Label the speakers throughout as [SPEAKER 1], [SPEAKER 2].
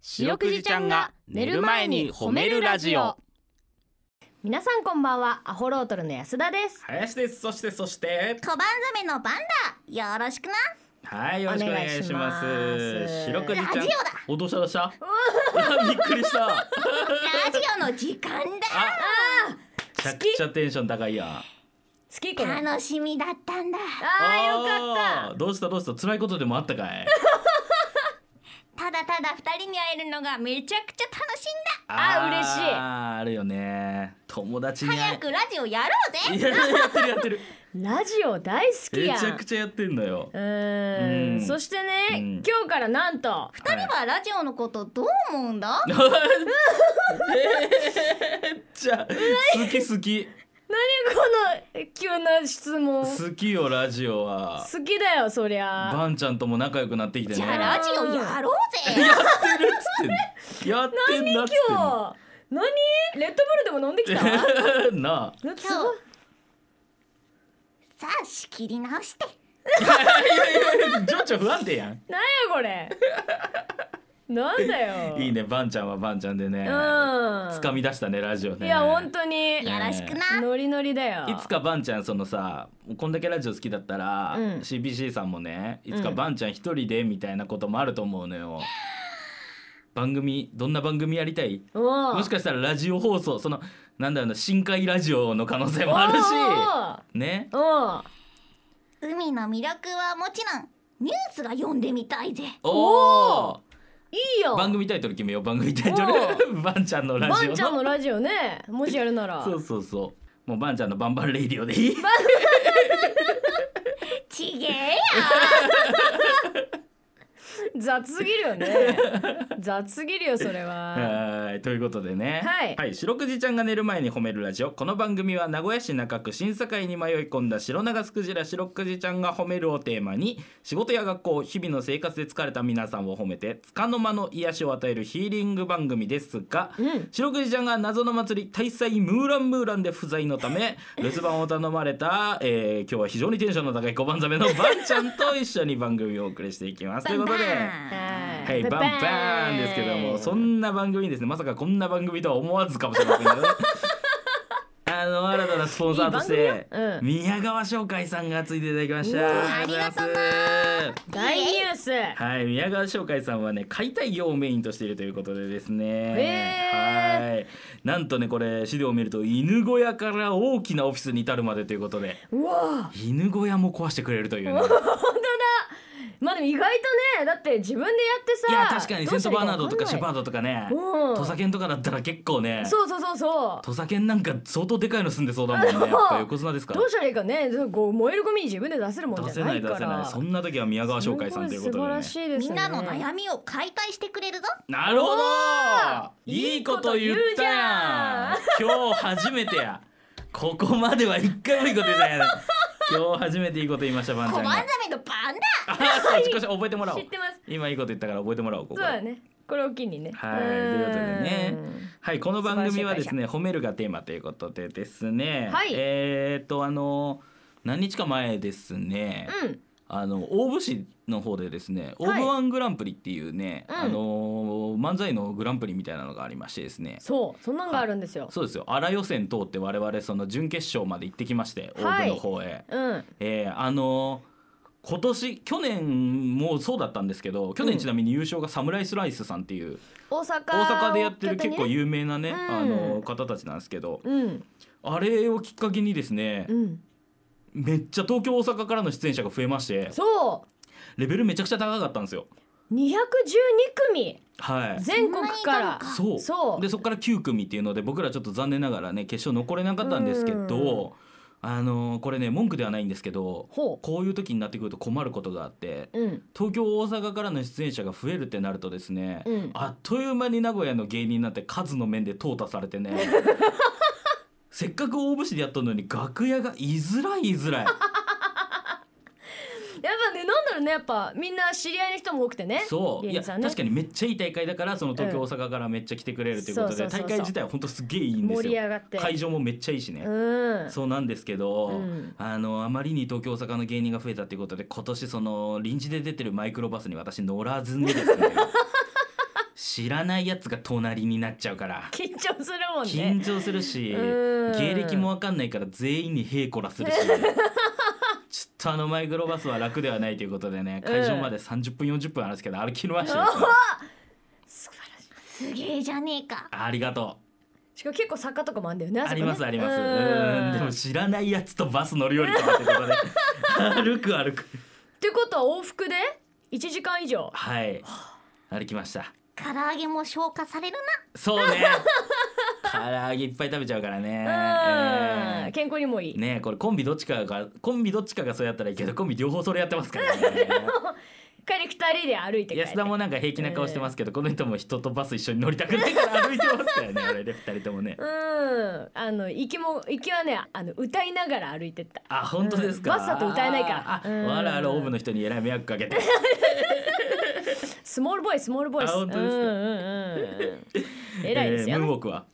[SPEAKER 1] 白くじちゃんが寝る前に褒めるラジオ
[SPEAKER 2] 皆さんこんばんはアホロートルの安田です
[SPEAKER 1] 林ですそしてそして
[SPEAKER 3] 小判ザメの番だよろしくな
[SPEAKER 1] はいよろしくお願いします
[SPEAKER 2] お願いします
[SPEAKER 1] 白くじちゃ
[SPEAKER 3] ラ
[SPEAKER 1] ん
[SPEAKER 3] ジオだ
[SPEAKER 1] おどうしたどうしたびっくりしたあ
[SPEAKER 3] ラジオの時間だ
[SPEAKER 1] めちゃくちゃテンション高いやんあ
[SPEAKER 2] 好きこれ
[SPEAKER 3] 楽しみだったんだ
[SPEAKER 2] あーよか
[SPEAKER 1] ー
[SPEAKER 2] っ
[SPEAKER 1] どうしたどうした辛いことでもあったかい
[SPEAKER 3] ただただ二人に会えるのがめちゃくちゃ楽しいんだ
[SPEAKER 2] あー嬉しい
[SPEAKER 1] あーあるよね友達に会
[SPEAKER 3] 早
[SPEAKER 1] え
[SPEAKER 3] くラジオやろう
[SPEAKER 1] い
[SPEAKER 3] ぜ
[SPEAKER 1] ややってるやってる
[SPEAKER 2] たラジオ大好きや
[SPEAKER 1] め
[SPEAKER 2] ん
[SPEAKER 1] ちゃくちゃやってんのよ
[SPEAKER 2] う
[SPEAKER 1] う
[SPEAKER 2] ー
[SPEAKER 1] ん
[SPEAKER 2] んそしてね、
[SPEAKER 1] うん
[SPEAKER 2] 今日からなんと
[SPEAKER 3] 二人はラジオのことどう思うんだ
[SPEAKER 1] じゃあ好き好き
[SPEAKER 2] 何この急な質問好
[SPEAKER 1] 好きよラジオは
[SPEAKER 2] きだよそりゃ
[SPEAKER 1] バンちゃんとも仲良くなってきてね
[SPEAKER 3] じゃ
[SPEAKER 1] や
[SPEAKER 3] あラジオやろう
[SPEAKER 1] っ
[SPEAKER 3] ぜ
[SPEAKER 1] てるっつってんのやってんだっつってんの
[SPEAKER 2] 今日何レッドブルでも飲んで きた
[SPEAKER 1] なあ
[SPEAKER 2] すごい
[SPEAKER 3] さあ仕切り直して
[SPEAKER 1] 情緒不安定やん
[SPEAKER 2] なんやこれなんだよ
[SPEAKER 1] いいねバンちゃんはバンちゃんでね
[SPEAKER 2] うん
[SPEAKER 1] 掴み出したねラジオね
[SPEAKER 2] いや本当に
[SPEAKER 1] や
[SPEAKER 3] よろしくな
[SPEAKER 2] ノリノリだよ
[SPEAKER 1] いつかバンちゃんそのさこんだけラジオ好きだったら、
[SPEAKER 2] うん
[SPEAKER 1] CBC さんもねいつか
[SPEAKER 2] うん
[SPEAKER 1] バンちゃん一人でみたいなこともあると思うのよ、 番組どんな番組やりたい
[SPEAKER 2] おう
[SPEAKER 1] もしかしたらラジオ放送そのなんだろうな深海ラジオの可能性
[SPEAKER 2] おう
[SPEAKER 1] もあるしね
[SPEAKER 2] おうおう
[SPEAKER 3] 海の魅力はもちろんニュースが読んでみたいぜ
[SPEAKER 1] お
[SPEAKER 2] おいいよ
[SPEAKER 1] 番組タイトル決めよう番組タイト
[SPEAKER 2] お
[SPEAKER 1] ル バンちゃんのラ
[SPEAKER 2] バ
[SPEAKER 1] ジオ
[SPEAKER 2] ン
[SPEAKER 1] の
[SPEAKER 2] ちゃんのラジオねもしやるな ら
[SPEAKER 1] そうそうそうもうバンちゃんのバンバンレディオでいい
[SPEAKER 3] ちげえ
[SPEAKER 2] 雑すぎるよね 雑すぎるよそれは
[SPEAKER 1] はいということでね
[SPEAKER 2] はい
[SPEAKER 1] 白くじちゃんが寝る前に褒めるラジオこの番組は名古屋市中区審査会に迷い込んだ白長スクジラ白くじちゃんが褒めるをテーマに仕事や学校日々の生活で疲れた皆さんを褒めてつかの間の癒しを与えるヒーリング番組ですが、
[SPEAKER 2] うん
[SPEAKER 1] 白くじちゃんが謎の祭り大祭ムーランムーランで不在のため 留守番を頼まれた、えー今日は非常にテンションの高い小判ザメのバンちゃんと一緒に番組をお送りしていきます。ということで。
[SPEAKER 2] は
[SPEAKER 1] はい、バンバーンですけども、そ
[SPEAKER 2] なん
[SPEAKER 1] な番組ですね、まさかこんな番組とは思わずかもしれませんけど。 あの新たなスポンサーとして、
[SPEAKER 2] いい番組ようん
[SPEAKER 1] 宮川商会さんがついていただきました。
[SPEAKER 3] ありがとうな
[SPEAKER 2] 大ニュース
[SPEAKER 1] はい、宮川商会さんはね解体業をメインとしているということでですね、
[SPEAKER 2] へ
[SPEAKER 1] はいなんとねこれ資料を見ると犬小屋から大きなオフィスに至るまでということで
[SPEAKER 2] うわ
[SPEAKER 1] 犬小屋も壊してくれるというね
[SPEAKER 2] まあでも意外とねだって自分でやってさ
[SPEAKER 1] いや確かにセントバーナードとかシェパ
[SPEAKER 2] ー
[SPEAKER 1] ードとかね
[SPEAKER 2] うん
[SPEAKER 1] 土佐犬とかだったら結構ね
[SPEAKER 2] そうそうそうそう
[SPEAKER 1] 土佐犬なんか相当でかいの住んでそうだもん ねやっぱ横綱ですから
[SPEAKER 2] どうしたらいいかねこう燃えるゴミ自分で出せるもん
[SPEAKER 1] 出
[SPEAKER 2] じ
[SPEAKER 1] せ
[SPEAKER 2] ゃな
[SPEAKER 1] ない
[SPEAKER 2] いか
[SPEAKER 1] 出
[SPEAKER 2] ら
[SPEAKER 1] せないそんな時は宮川商会さんということで、ね、
[SPEAKER 2] すごい素晴らしいですね
[SPEAKER 3] みんなの悩みを解体してくれるぞ
[SPEAKER 1] なるほど
[SPEAKER 2] わー
[SPEAKER 1] いいこと言ったやん今日初めてやここまでは一回もいいこと言ったやん今日初めていいこと言いましたバン
[SPEAKER 3] 小
[SPEAKER 1] ちゃんが
[SPEAKER 3] 判ザメの番だ
[SPEAKER 1] あー少し覚えてもらおう
[SPEAKER 2] 知ってます
[SPEAKER 1] 今いいこと言ったから覚えてもらおうこ
[SPEAKER 2] そう
[SPEAKER 1] こ
[SPEAKER 2] だねこれを機にね
[SPEAKER 1] はい、ということでね。はい、この番組はですね、褒めるがテーマということでですね。
[SPEAKER 2] はい
[SPEAKER 1] えっと、あの、何日か前ですね。
[SPEAKER 2] うん
[SPEAKER 1] あの大府市の方でですね、
[SPEAKER 2] は
[SPEAKER 1] オー
[SPEAKER 2] い
[SPEAKER 1] ブワングランプリっていうね、
[SPEAKER 2] うん
[SPEAKER 1] あのー漫才のグランプリみたいなのがありましてですね。
[SPEAKER 2] そうそんなんがあるんですよ
[SPEAKER 1] そうですよ。荒予選通って我々その準決勝まで行ってきまして、大
[SPEAKER 2] は
[SPEAKER 1] 府
[SPEAKER 2] い
[SPEAKER 1] の方へ。
[SPEAKER 2] うん
[SPEAKER 1] えーあのー今年去年もそうだったんですけど去年ちなみに優勝がサムライスライスさんっていう、
[SPEAKER 2] 大阪
[SPEAKER 1] 大阪でやってる
[SPEAKER 2] を拠
[SPEAKER 1] 結
[SPEAKER 2] 点に
[SPEAKER 1] 構
[SPEAKER 2] ね
[SPEAKER 1] 有名なね、
[SPEAKER 2] うん
[SPEAKER 1] あの方たちなんですけど、
[SPEAKER 2] うん
[SPEAKER 1] あれをきっかけにですね、
[SPEAKER 2] うん
[SPEAKER 1] めっちゃ東京大阪からの出演者が増えまして
[SPEAKER 2] そ
[SPEAKER 1] レベルめちゃくちゃ高かったんですよ。
[SPEAKER 2] う212組
[SPEAKER 1] はい
[SPEAKER 2] 全国から
[SPEAKER 3] そ
[SPEAKER 1] そう
[SPEAKER 2] そう
[SPEAKER 1] でそこから9組っていうので僕らちょっと残念ながらね決勝残れなかったんですけど、あのこれね文句ではないんですけど
[SPEAKER 2] ほ
[SPEAKER 1] こういう時になってくると困ることがあって
[SPEAKER 2] ううん
[SPEAKER 1] 東京大阪からの出演者が増えるってなるとですね、
[SPEAKER 2] うん
[SPEAKER 1] あっという間に名古屋の芸人になって数の面で淘汰され てねせっかく大府市でやったのに楽屋が居づらい居づらい
[SPEAKER 2] やっぱねなんだろうねやっぱみんな知り合いの人も多くてね
[SPEAKER 1] そう、い
[SPEAKER 2] 芸
[SPEAKER 1] や
[SPEAKER 2] 人さんね
[SPEAKER 1] 確かにめっちゃいい大会だからその東京
[SPEAKER 2] うん
[SPEAKER 1] 大阪からめっちゃ来てくれるということ
[SPEAKER 2] そ
[SPEAKER 1] で、
[SPEAKER 2] うそうそうそう
[SPEAKER 1] 大会自体は本当すげえいいんですよ
[SPEAKER 2] 盛り上がって
[SPEAKER 1] 会場もめっちゃいいしね、
[SPEAKER 2] うん
[SPEAKER 1] そうなんですけど、
[SPEAKER 2] うん
[SPEAKER 1] あのあまりに東京大阪の芸人が増えたっていうことで今年その臨時で出てるマイクロバスに私乗らずにですね知らないやつが隣になっちゃうから
[SPEAKER 2] 緊張するもん
[SPEAKER 1] 緊
[SPEAKER 2] ね
[SPEAKER 1] 張するし
[SPEAKER 2] うん
[SPEAKER 1] 芸歴もわかんないから全員にヘイコラするし ちょっとあのマイクロバスは楽ではないということでね会場まで30分40分あるんですけど歩きましたよ
[SPEAKER 2] 素晴らしい
[SPEAKER 3] すげえじゃねえか
[SPEAKER 1] ありがとう
[SPEAKER 2] しかも結構作家とかもあるんだよねそこ
[SPEAKER 1] あ
[SPEAKER 2] ね
[SPEAKER 1] りますあります。う
[SPEAKER 2] うん
[SPEAKER 1] んでも知らないやつとバス乗るよりとかってことで 歩く歩く
[SPEAKER 2] ってことは往復で一時間以上
[SPEAKER 1] はい歩きました。
[SPEAKER 3] 唐揚げも消化される
[SPEAKER 1] そう ね。唐揚げいっぱい食べちゃうからね。
[SPEAKER 2] うん
[SPEAKER 1] え
[SPEAKER 2] 健康にもい
[SPEAKER 1] ー
[SPEAKER 2] い
[SPEAKER 1] ねえこれコンビどっちかがコンビどっちかがそうやったらいいけどコンビ両方それやってますから ね。
[SPEAKER 2] 帰り二人で歩いて帰って
[SPEAKER 1] 安田もなんか平気な顔してますけど、この人も人とバス一緒に乗りたくないから歩いてますから ね。あれで二人ともね。
[SPEAKER 2] うんあの行きも行きはねあの歌いながら歩いてった
[SPEAKER 1] あ本当ですか。
[SPEAKER 2] うんバスだと歌えないから
[SPEAKER 1] ああ
[SPEAKER 2] うん
[SPEAKER 1] わらわらオーブの人にえらい迷惑かけて。
[SPEAKER 2] スモールボーイスモールボーイ
[SPEAKER 1] あ本当ですか
[SPEAKER 2] うんうん うん偉いですよ、
[SPEAKER 1] えーム
[SPEAKER 2] ね
[SPEAKER 1] ーンウォー クは。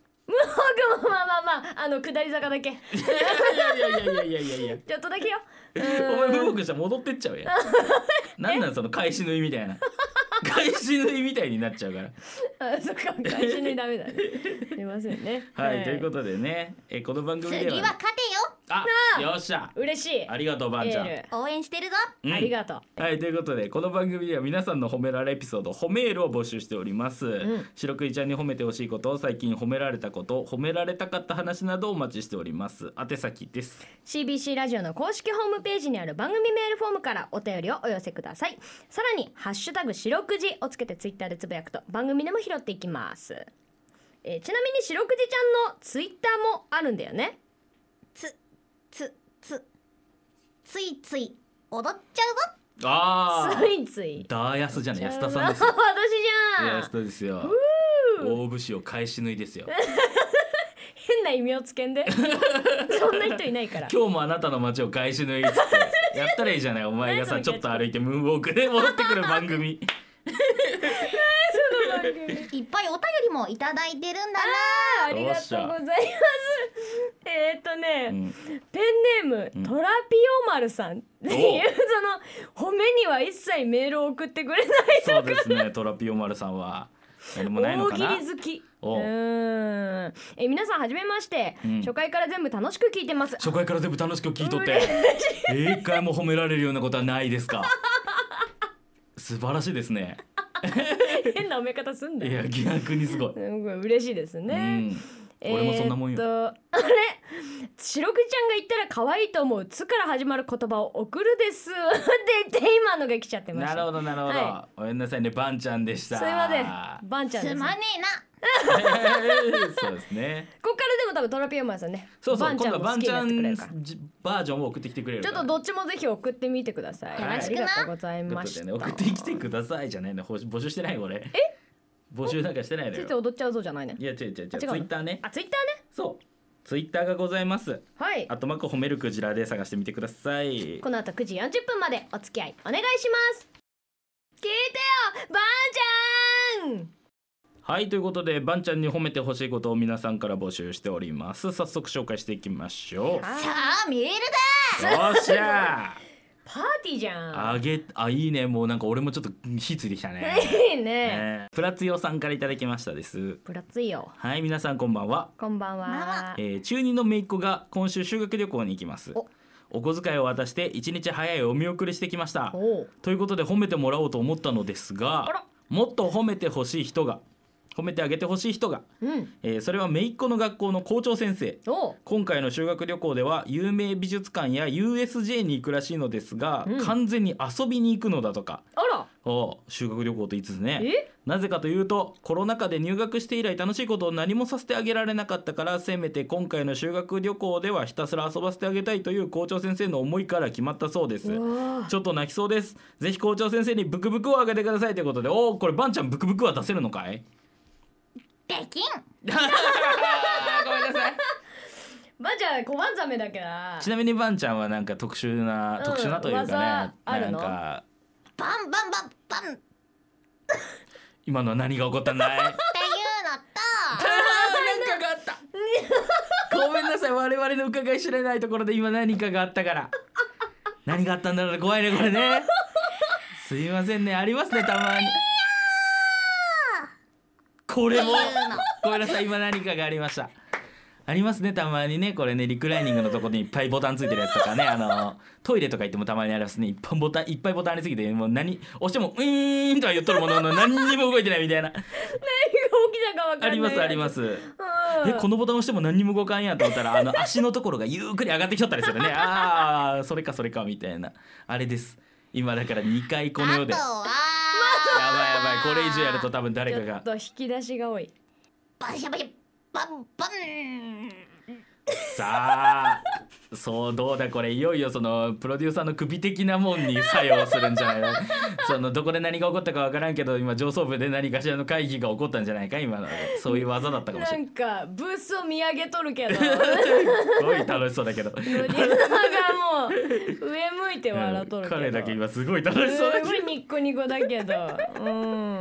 [SPEAKER 2] 僕もまあまあまああの下り坂だけ
[SPEAKER 1] いやいやいやいやいやいやいや。
[SPEAKER 2] ちょっとだ けよう
[SPEAKER 1] お前
[SPEAKER 2] ん
[SPEAKER 1] 文房具したら戻ってっちゃうやん。なんなんその返し縫いみたいな。 返し縫いみたいになっちゃうから。
[SPEAKER 2] あそっか会社にダメだねすいませんね
[SPEAKER 1] はい、ということとでね、えこの番組
[SPEAKER 3] 次
[SPEAKER 1] で
[SPEAKER 3] は
[SPEAKER 1] は
[SPEAKER 3] 勝て
[SPEAKER 1] あ、よっしゃ。
[SPEAKER 2] 嬉しい
[SPEAKER 1] ありがとうばんちゃん。
[SPEAKER 2] エ
[SPEAKER 3] よ応援してるぞ
[SPEAKER 1] うん
[SPEAKER 2] ありがとう
[SPEAKER 1] はいということでこの番組では皆さんの褒められエピソード褒めールを募集しております、
[SPEAKER 2] ん
[SPEAKER 1] 白くいちゃんに褒めてほしいこと最近褒められたこと褒められたかった話などをお待ちしております宛先です
[SPEAKER 2] CBC ラジオの公式ホームページにある番組メールフォームからお便りをお寄せくださいさらに「ハッシュタグ四六時」をつけてツイッターでつぶやくと番組でも拾っていきます、えーちなみに四六時ちゃんのツイッターもあるんだよね
[SPEAKER 3] つつつついつい踊っちゃうぞ
[SPEAKER 1] あ
[SPEAKER 2] ついつい
[SPEAKER 1] ダーヤスじゃない安田さんです
[SPEAKER 2] 私
[SPEAKER 1] よ
[SPEAKER 2] じゃ
[SPEAKER 1] イ
[SPEAKER 2] ん
[SPEAKER 1] ラストですよ。大節を返し縫いですよ。
[SPEAKER 2] 変な異名つけ んでそんな人いないから
[SPEAKER 1] 今日もあなたの街を返し縫いっつって。やったらいいじゃない、お前がさ、
[SPEAKER 2] 何
[SPEAKER 1] ち
[SPEAKER 2] そ
[SPEAKER 1] ょっ
[SPEAKER 2] れ
[SPEAKER 1] と歩いてムーンウォークで戻ってくる番 組。
[SPEAKER 3] いっぱいお便りもいただいてるんだ
[SPEAKER 2] ありがとうございますえーっとね、
[SPEAKER 1] うん
[SPEAKER 2] ペンネーム、
[SPEAKER 1] ん
[SPEAKER 2] トラピオマルさんっていうその褒めには一切メールを送ってくれない
[SPEAKER 1] そうですね、トラピオマルさんは。何もないの
[SPEAKER 2] 大
[SPEAKER 1] か
[SPEAKER 2] 喜
[SPEAKER 1] な。
[SPEAKER 2] 利好きう
[SPEAKER 1] おう
[SPEAKER 2] ーんえ皆さんはじめまして、
[SPEAKER 1] うん
[SPEAKER 2] 初回から全部楽しく聞いてます
[SPEAKER 1] 初回から全部楽しく聞いとって。一回も褒められるようなことはないですか。素晴らしいですね。
[SPEAKER 2] 変な褒め方すんだ
[SPEAKER 1] い
[SPEAKER 2] よ
[SPEAKER 1] や、逆にすごい。
[SPEAKER 2] すごい嬉しいです
[SPEAKER 1] う
[SPEAKER 2] ね、
[SPEAKER 1] ん。俺もそんなもん
[SPEAKER 2] え
[SPEAKER 1] よ。
[SPEAKER 2] ーっとあれ白くちゃんが言ったら可愛いと思う「つ」から始まる言葉を送るです って言って今のが来ちゃってまし
[SPEAKER 1] な
[SPEAKER 2] た
[SPEAKER 1] るほど、なるほど
[SPEAKER 2] は。
[SPEAKER 1] ごめんなさいね、バンちゃんでした。
[SPEAKER 2] すいませんバンちゃんですす
[SPEAKER 3] まね
[SPEAKER 1] そうですね。
[SPEAKER 2] ここからでも多分トラピオマンさんね
[SPEAKER 1] そうそう、
[SPEAKER 2] バンち
[SPEAKER 1] 今
[SPEAKER 2] ゃ
[SPEAKER 1] 度
[SPEAKER 2] ん
[SPEAKER 1] は
[SPEAKER 2] も
[SPEAKER 1] バ
[SPEAKER 2] 好
[SPEAKER 1] ン
[SPEAKER 2] き
[SPEAKER 1] ち
[SPEAKER 2] にな
[SPEAKER 1] ゃ
[SPEAKER 2] ってくれる
[SPEAKER 1] ん
[SPEAKER 2] から
[SPEAKER 1] バージョンを送ってきてくれる
[SPEAKER 2] ちょ
[SPEAKER 1] か
[SPEAKER 2] っ
[SPEAKER 1] ら。
[SPEAKER 2] とどっちもぜひ送ってみてください、
[SPEAKER 1] はい
[SPEAKER 2] ありがとうござい
[SPEAKER 1] というこ
[SPEAKER 2] ま
[SPEAKER 1] と
[SPEAKER 2] し
[SPEAKER 1] で
[SPEAKER 2] た
[SPEAKER 1] ね、送ってきてくださいじゃないの、ほし募集してない俺。え？募集なんかしてないの
[SPEAKER 2] ついて
[SPEAKER 1] よ。
[SPEAKER 2] 踊っちゃうぞじゃないね
[SPEAKER 1] いや違う違う違う。ツ
[SPEAKER 2] あ
[SPEAKER 1] イ
[SPEAKER 2] 違うの
[SPEAKER 1] ッターね。
[SPEAKER 2] あツイッターね
[SPEAKER 1] そう。ツイッターがございます。
[SPEAKER 2] はい
[SPEAKER 1] あとマック褒めるクジラで探してみてください。
[SPEAKER 2] この後9時40分までお付き合いお願いします聞いてよばあちゃん
[SPEAKER 1] はいということでバンちゃんに褒めてほしいことを皆さんから募集しております。早速紹介していきましょう。
[SPEAKER 3] えなさあメールだ
[SPEAKER 1] よっしゃ
[SPEAKER 2] パーティーじゃん
[SPEAKER 1] あげあいいねもうなんか俺もちょっと火ついてきたね。
[SPEAKER 2] いい ね
[SPEAKER 1] ねプラツヨさんからいただきましたです。
[SPEAKER 2] プラツイよ
[SPEAKER 1] はい皆さんこんばんは、
[SPEAKER 2] こんばんは
[SPEAKER 3] ママ
[SPEAKER 1] えー中二の姪っ子が今週修学旅行に行きます
[SPEAKER 2] お
[SPEAKER 1] お小遣いを渡して一日早いお見送りしてきました
[SPEAKER 2] おう
[SPEAKER 1] ということで褒めてもらおうと思ったのです
[SPEAKER 2] あら
[SPEAKER 1] がもっと褒めてほしい人が褒めてあげてほしい人が、
[SPEAKER 2] うん
[SPEAKER 1] えーそれは姪っ子の学校の校長先生
[SPEAKER 2] おう
[SPEAKER 1] 今回の修学旅行では有名美術館や USJ に行くらしいのですが、
[SPEAKER 2] うん
[SPEAKER 1] 完全に遊びに行くのだとか
[SPEAKER 2] あら
[SPEAKER 1] お修学旅行と言いつつね
[SPEAKER 2] え
[SPEAKER 1] なぜかというとコロナ禍で入学して以来楽しいことを何もさせてあげられなかったからせめて今回の修学旅行ではひたすら遊ばせてあげたいという校長先生の思いから決まったそうです
[SPEAKER 2] うわ
[SPEAKER 1] ちょっと泣きそうですぜひ校長先生にブクブクをあげてくださいということでおおこれバンちゃんブクブクは出せるのか い
[SPEAKER 3] できん
[SPEAKER 1] ごめんなさい
[SPEAKER 2] ばあちゃん小判ザメだけな
[SPEAKER 1] ちなみにバンちゃんはなんか特殊な、
[SPEAKER 2] うん
[SPEAKER 1] 特殊なというかね
[SPEAKER 2] 技あ
[SPEAKER 1] な
[SPEAKER 2] る
[SPEAKER 1] ん
[SPEAKER 2] の
[SPEAKER 1] か
[SPEAKER 3] バンバンバンバンっていうの
[SPEAKER 1] 今のは何が起こったんだい
[SPEAKER 3] と
[SPEAKER 1] 何かがあった。 ごめんなさい、我々の伺い知れないところで今何かがあったから。何があったんだろうね、怖いね、これね。すいませんね、ありますね、たまに。これも
[SPEAKER 3] いうの
[SPEAKER 1] ごめんなさい今何かがありましたありますねたまにねこれねリクライニングのとこにいっぱいボタンついてるやつとかねあのトイレとか行ってもたまにありますねいっぱいボタンいっぱいボタンありすぎてもう何押しても「うーん」とは言っとるものの何にも動いてないみたいな
[SPEAKER 2] きたかわかんな
[SPEAKER 1] あ
[SPEAKER 2] い
[SPEAKER 1] りますあります
[SPEAKER 2] うん
[SPEAKER 1] えこのボタン押しても何にも動かんやんと思ったらあの 足のところがゆっくり上がってきとったりするねああそれかそれかみたいなあれです今だから2回この世で
[SPEAKER 3] あ
[SPEAKER 1] や
[SPEAKER 3] と
[SPEAKER 1] ば
[SPEAKER 3] は、
[SPEAKER 1] いやばいこれ以上やると多分誰かが
[SPEAKER 2] ちょっと引き出しが多い
[SPEAKER 3] バシャバシャバンバン
[SPEAKER 1] さあそうどうだこれいよいよそのプロデューサーの首的なもんに作用するんじゃないのそのどこで何が起こったかわからんけど今上層部で何かしらの会議が起こったんじゃないか今のそういう技だったかもし
[SPEAKER 2] な
[SPEAKER 1] れない
[SPEAKER 2] んかブースを見上げとるけどプロ
[SPEAKER 1] すごい楽しそうだけど
[SPEAKER 2] デューサーがもう上向いて笑っとるけど、
[SPEAKER 1] 彼だけ今すごい楽し
[SPEAKER 2] す
[SPEAKER 1] そうだけど
[SPEAKER 2] ごいニッコニコだけどうんそうな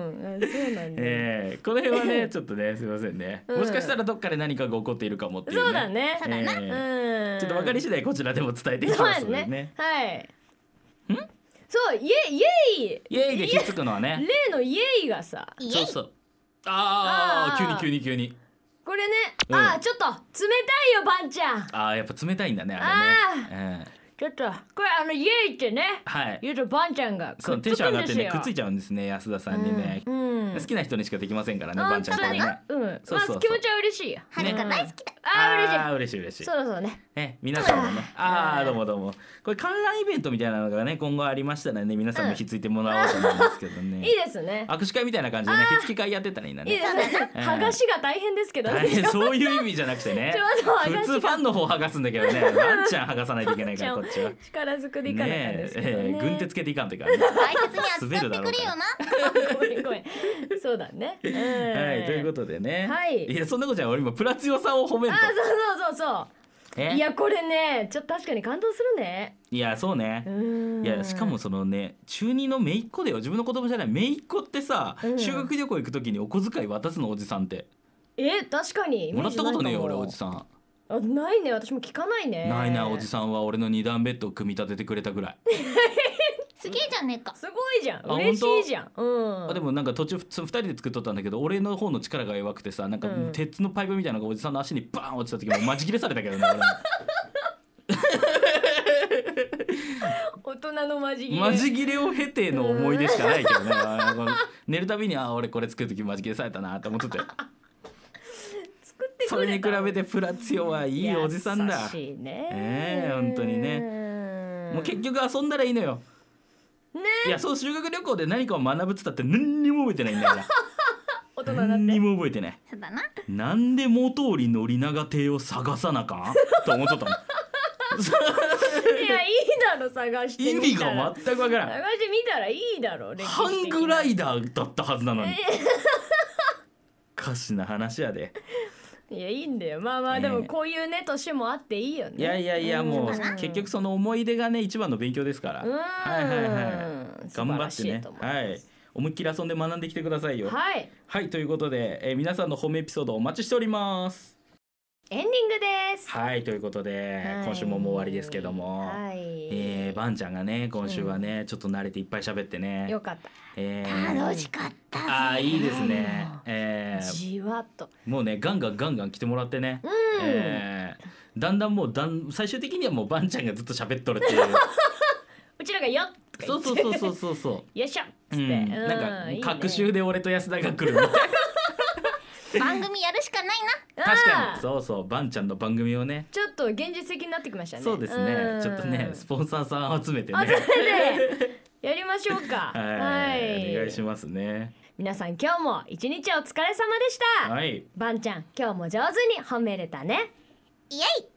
[SPEAKER 2] んだ、
[SPEAKER 1] ええこの辺は ねちょっとねすいませんね、
[SPEAKER 2] うん
[SPEAKER 1] もしかしたらどっかで何かが起こっているかもっていう、ね、
[SPEAKER 2] そうだね
[SPEAKER 1] ええ
[SPEAKER 2] うん
[SPEAKER 1] ちょっと分かり次第こちらでも伝えていき
[SPEAKER 2] そう
[SPEAKER 1] ま
[SPEAKER 2] ですす
[SPEAKER 1] ので
[SPEAKER 2] ね
[SPEAKER 1] ね
[SPEAKER 2] はい
[SPEAKER 1] ん
[SPEAKER 2] そうイエイイエイ
[SPEAKER 1] イエイでひっつくのはね
[SPEAKER 2] 例のイエイがさ
[SPEAKER 3] イエ
[SPEAKER 1] そう
[SPEAKER 3] イ
[SPEAKER 1] そうああ
[SPEAKER 2] あー
[SPEAKER 1] 急に急に急に
[SPEAKER 2] これね、
[SPEAKER 1] うん
[SPEAKER 2] あーちょっと冷たいよばんちゃん
[SPEAKER 1] ああやっぱ冷たいんだねあれね、ええ
[SPEAKER 2] ちょっとこれあのイエイってね
[SPEAKER 1] はい
[SPEAKER 2] 言うとばんちゃんが
[SPEAKER 1] そ
[SPEAKER 2] くっ
[SPEAKER 1] う
[SPEAKER 2] つ
[SPEAKER 1] テンション上
[SPEAKER 2] くん
[SPEAKER 1] がっ
[SPEAKER 2] で
[SPEAKER 1] て
[SPEAKER 2] す
[SPEAKER 1] ね
[SPEAKER 2] よ
[SPEAKER 1] くっついちゃうんですね安田さんにね、
[SPEAKER 2] うん
[SPEAKER 1] 好きな人にしかできませんからね
[SPEAKER 2] あ
[SPEAKER 1] ばんちゃんとは
[SPEAKER 2] 本当だね
[SPEAKER 1] ね
[SPEAKER 2] うん
[SPEAKER 1] そうそうそう
[SPEAKER 2] まあ気持ちは嬉しいよ
[SPEAKER 3] はるか大好きだ
[SPEAKER 2] あー嬉しい
[SPEAKER 1] あー嬉しい嬉しい
[SPEAKER 2] そろそろね
[SPEAKER 1] ね、皆さん もね、ああ、どうもどうも。これ観覧イベントみたいなのがね、今後ありましたらね、皆さんも引き継いでもらおうと思うんですけどね。
[SPEAKER 2] いいですね
[SPEAKER 1] 握手会みたいな感じでね、引き継ぎ会やってたらいいなね。
[SPEAKER 2] いいですね
[SPEAKER 1] うん
[SPEAKER 2] 剥がしが大変ですけど
[SPEAKER 1] 大変
[SPEAKER 2] ね
[SPEAKER 1] そういう意味じゃなくてね
[SPEAKER 2] ちょうど剥がしが
[SPEAKER 1] 普通ファンの方剥がすんだけどねワンちゃん剥がさないといけないからこっちは。
[SPEAKER 2] 力ずくでいかなかったん
[SPEAKER 1] ね
[SPEAKER 2] ですけど
[SPEAKER 1] え
[SPEAKER 2] ね
[SPEAKER 1] え軍手つけていかんといかんね。
[SPEAKER 3] 大切に扱ってくれよな
[SPEAKER 2] ごめんごめんそうだねはいと
[SPEAKER 1] はいということとでね、
[SPEAKER 2] はい
[SPEAKER 1] やそんなことじゃない俺今プラツヨさんを褒める
[SPEAKER 2] あそうそうそう
[SPEAKER 1] と
[SPEAKER 2] そう
[SPEAKER 1] ね
[SPEAKER 2] いやこれねちょっと確かに感動するね
[SPEAKER 1] いやそうね
[SPEAKER 2] う、ーん
[SPEAKER 1] いやしかもそのね中二の姪っ子だよ自分の子供じゃない姪っ子ってさ、
[SPEAKER 2] うん
[SPEAKER 1] 修学旅行行く時にお小遣い渡すのおじさんって
[SPEAKER 2] え確かにイメ
[SPEAKER 1] もら
[SPEAKER 2] ー
[SPEAKER 1] っ
[SPEAKER 2] ジ
[SPEAKER 1] た
[SPEAKER 2] ない
[SPEAKER 1] こと
[SPEAKER 2] か
[SPEAKER 1] ねえよ俺
[SPEAKER 2] も
[SPEAKER 1] おじさん、
[SPEAKER 2] あないね私も聞かないね
[SPEAKER 1] ないなおじ
[SPEAKER 2] ん
[SPEAKER 1] さんは俺の二段ベッドを組み立ててくれたぐらい、
[SPEAKER 3] すげえじゃねえか
[SPEAKER 2] すごいじゃん
[SPEAKER 1] あ
[SPEAKER 2] 嬉しいじゃんうん
[SPEAKER 1] あでもなんか途中ふつ二人で作っとったんだけど俺の方の力が弱くてさなんか
[SPEAKER 2] うん
[SPEAKER 1] 鉄のパイプみたいなのがおじさんの足にバーン落ちた時 もうマジ切れされたけどね俺も
[SPEAKER 2] 大人のマジギレ
[SPEAKER 1] マジ切れを経ての思い出しかないけどねあの寝るたびにあ俺これ作る時マジ切れされたなって思 ってて
[SPEAKER 2] 作ってくれた
[SPEAKER 1] それに比べてプラツヨはいいおじさんだ
[SPEAKER 2] 優しいね
[SPEAKER 1] ええ本当にね
[SPEAKER 2] ね
[SPEAKER 1] もう結局遊んだらいいのよ。
[SPEAKER 2] ね
[SPEAKER 1] いやそう修学旅行で何かを学ぶっつったって何にも覚えてないん だか
[SPEAKER 2] 大人
[SPEAKER 1] ら
[SPEAKER 2] になっ
[SPEAKER 1] 何に
[SPEAKER 2] て
[SPEAKER 1] も覚えてない
[SPEAKER 3] そうだな
[SPEAKER 1] なんで元織宣長邸を探さなあかんと思っとったの
[SPEAKER 2] いやいいだろ探して
[SPEAKER 1] 意味
[SPEAKER 2] みたら
[SPEAKER 1] が全くわからん
[SPEAKER 2] 探してみたらいいだろ歴史的な
[SPEAKER 1] ハングライダーだったはずなのにおかしな話やで
[SPEAKER 2] いやいいんだよまあまあ
[SPEAKER 1] ね
[SPEAKER 2] でもこういうね年もあっていいよね
[SPEAKER 1] いやいやいやもう
[SPEAKER 2] うん
[SPEAKER 1] 結局その思い出がね一番の勉強ですから
[SPEAKER 2] うん
[SPEAKER 1] はいはいはい
[SPEAKER 2] 素
[SPEAKER 1] 頑
[SPEAKER 2] 晴
[SPEAKER 1] 張
[SPEAKER 2] ら
[SPEAKER 1] って
[SPEAKER 2] しい
[SPEAKER 1] ね
[SPEAKER 2] と思います
[SPEAKER 1] はい思いっきり遊んで学んできてくださいよ
[SPEAKER 2] はい
[SPEAKER 1] はいということで、えー皆さんのホームエピソードお待ちしております
[SPEAKER 2] エンディングです
[SPEAKER 1] はいということで、
[SPEAKER 2] はい
[SPEAKER 1] 今週ももう終わりですけども、
[SPEAKER 2] はい
[SPEAKER 1] えー、ばんちゃんがね今週はね、ちょっと慣れていっぱい喋ってね
[SPEAKER 2] よ、かった
[SPEAKER 1] えー
[SPEAKER 3] 楽しかったぜ
[SPEAKER 1] あーいいですね、えー、
[SPEAKER 2] じわっと
[SPEAKER 1] もうねガンガンガンガン来てもらってね、
[SPEAKER 2] うん
[SPEAKER 1] えーだんだんもうだん最終的にはもうばんちゃんがずっと喋っとるっていう
[SPEAKER 2] うちらがよっとか言
[SPEAKER 1] そ
[SPEAKER 2] っ
[SPEAKER 1] う
[SPEAKER 2] て
[SPEAKER 1] そうそうそうそうそ
[SPEAKER 2] よいしょっつ
[SPEAKER 1] う、
[SPEAKER 2] っ
[SPEAKER 1] う
[SPEAKER 2] て、
[SPEAKER 1] ん、
[SPEAKER 2] うん
[SPEAKER 1] なんか隔
[SPEAKER 2] いい
[SPEAKER 1] 週
[SPEAKER 2] ね
[SPEAKER 1] で俺と安田が来るみたいな
[SPEAKER 3] 番組やるしかないな
[SPEAKER 1] 確か
[SPEAKER 2] うん
[SPEAKER 1] にそうそうばんちゃんの番組をね
[SPEAKER 2] ちょっと現実的になってきましたね
[SPEAKER 1] そうですね、
[SPEAKER 2] ん
[SPEAKER 1] ちょっとねスポンサーさん集めてね
[SPEAKER 2] あそれでやりましょう か
[SPEAKER 1] はい、お願いしますね。
[SPEAKER 2] 皆さん今日も一日お疲れ様でした、
[SPEAKER 1] はい、
[SPEAKER 2] ばんちゃん今日も上手に褒めれたね
[SPEAKER 3] イエイ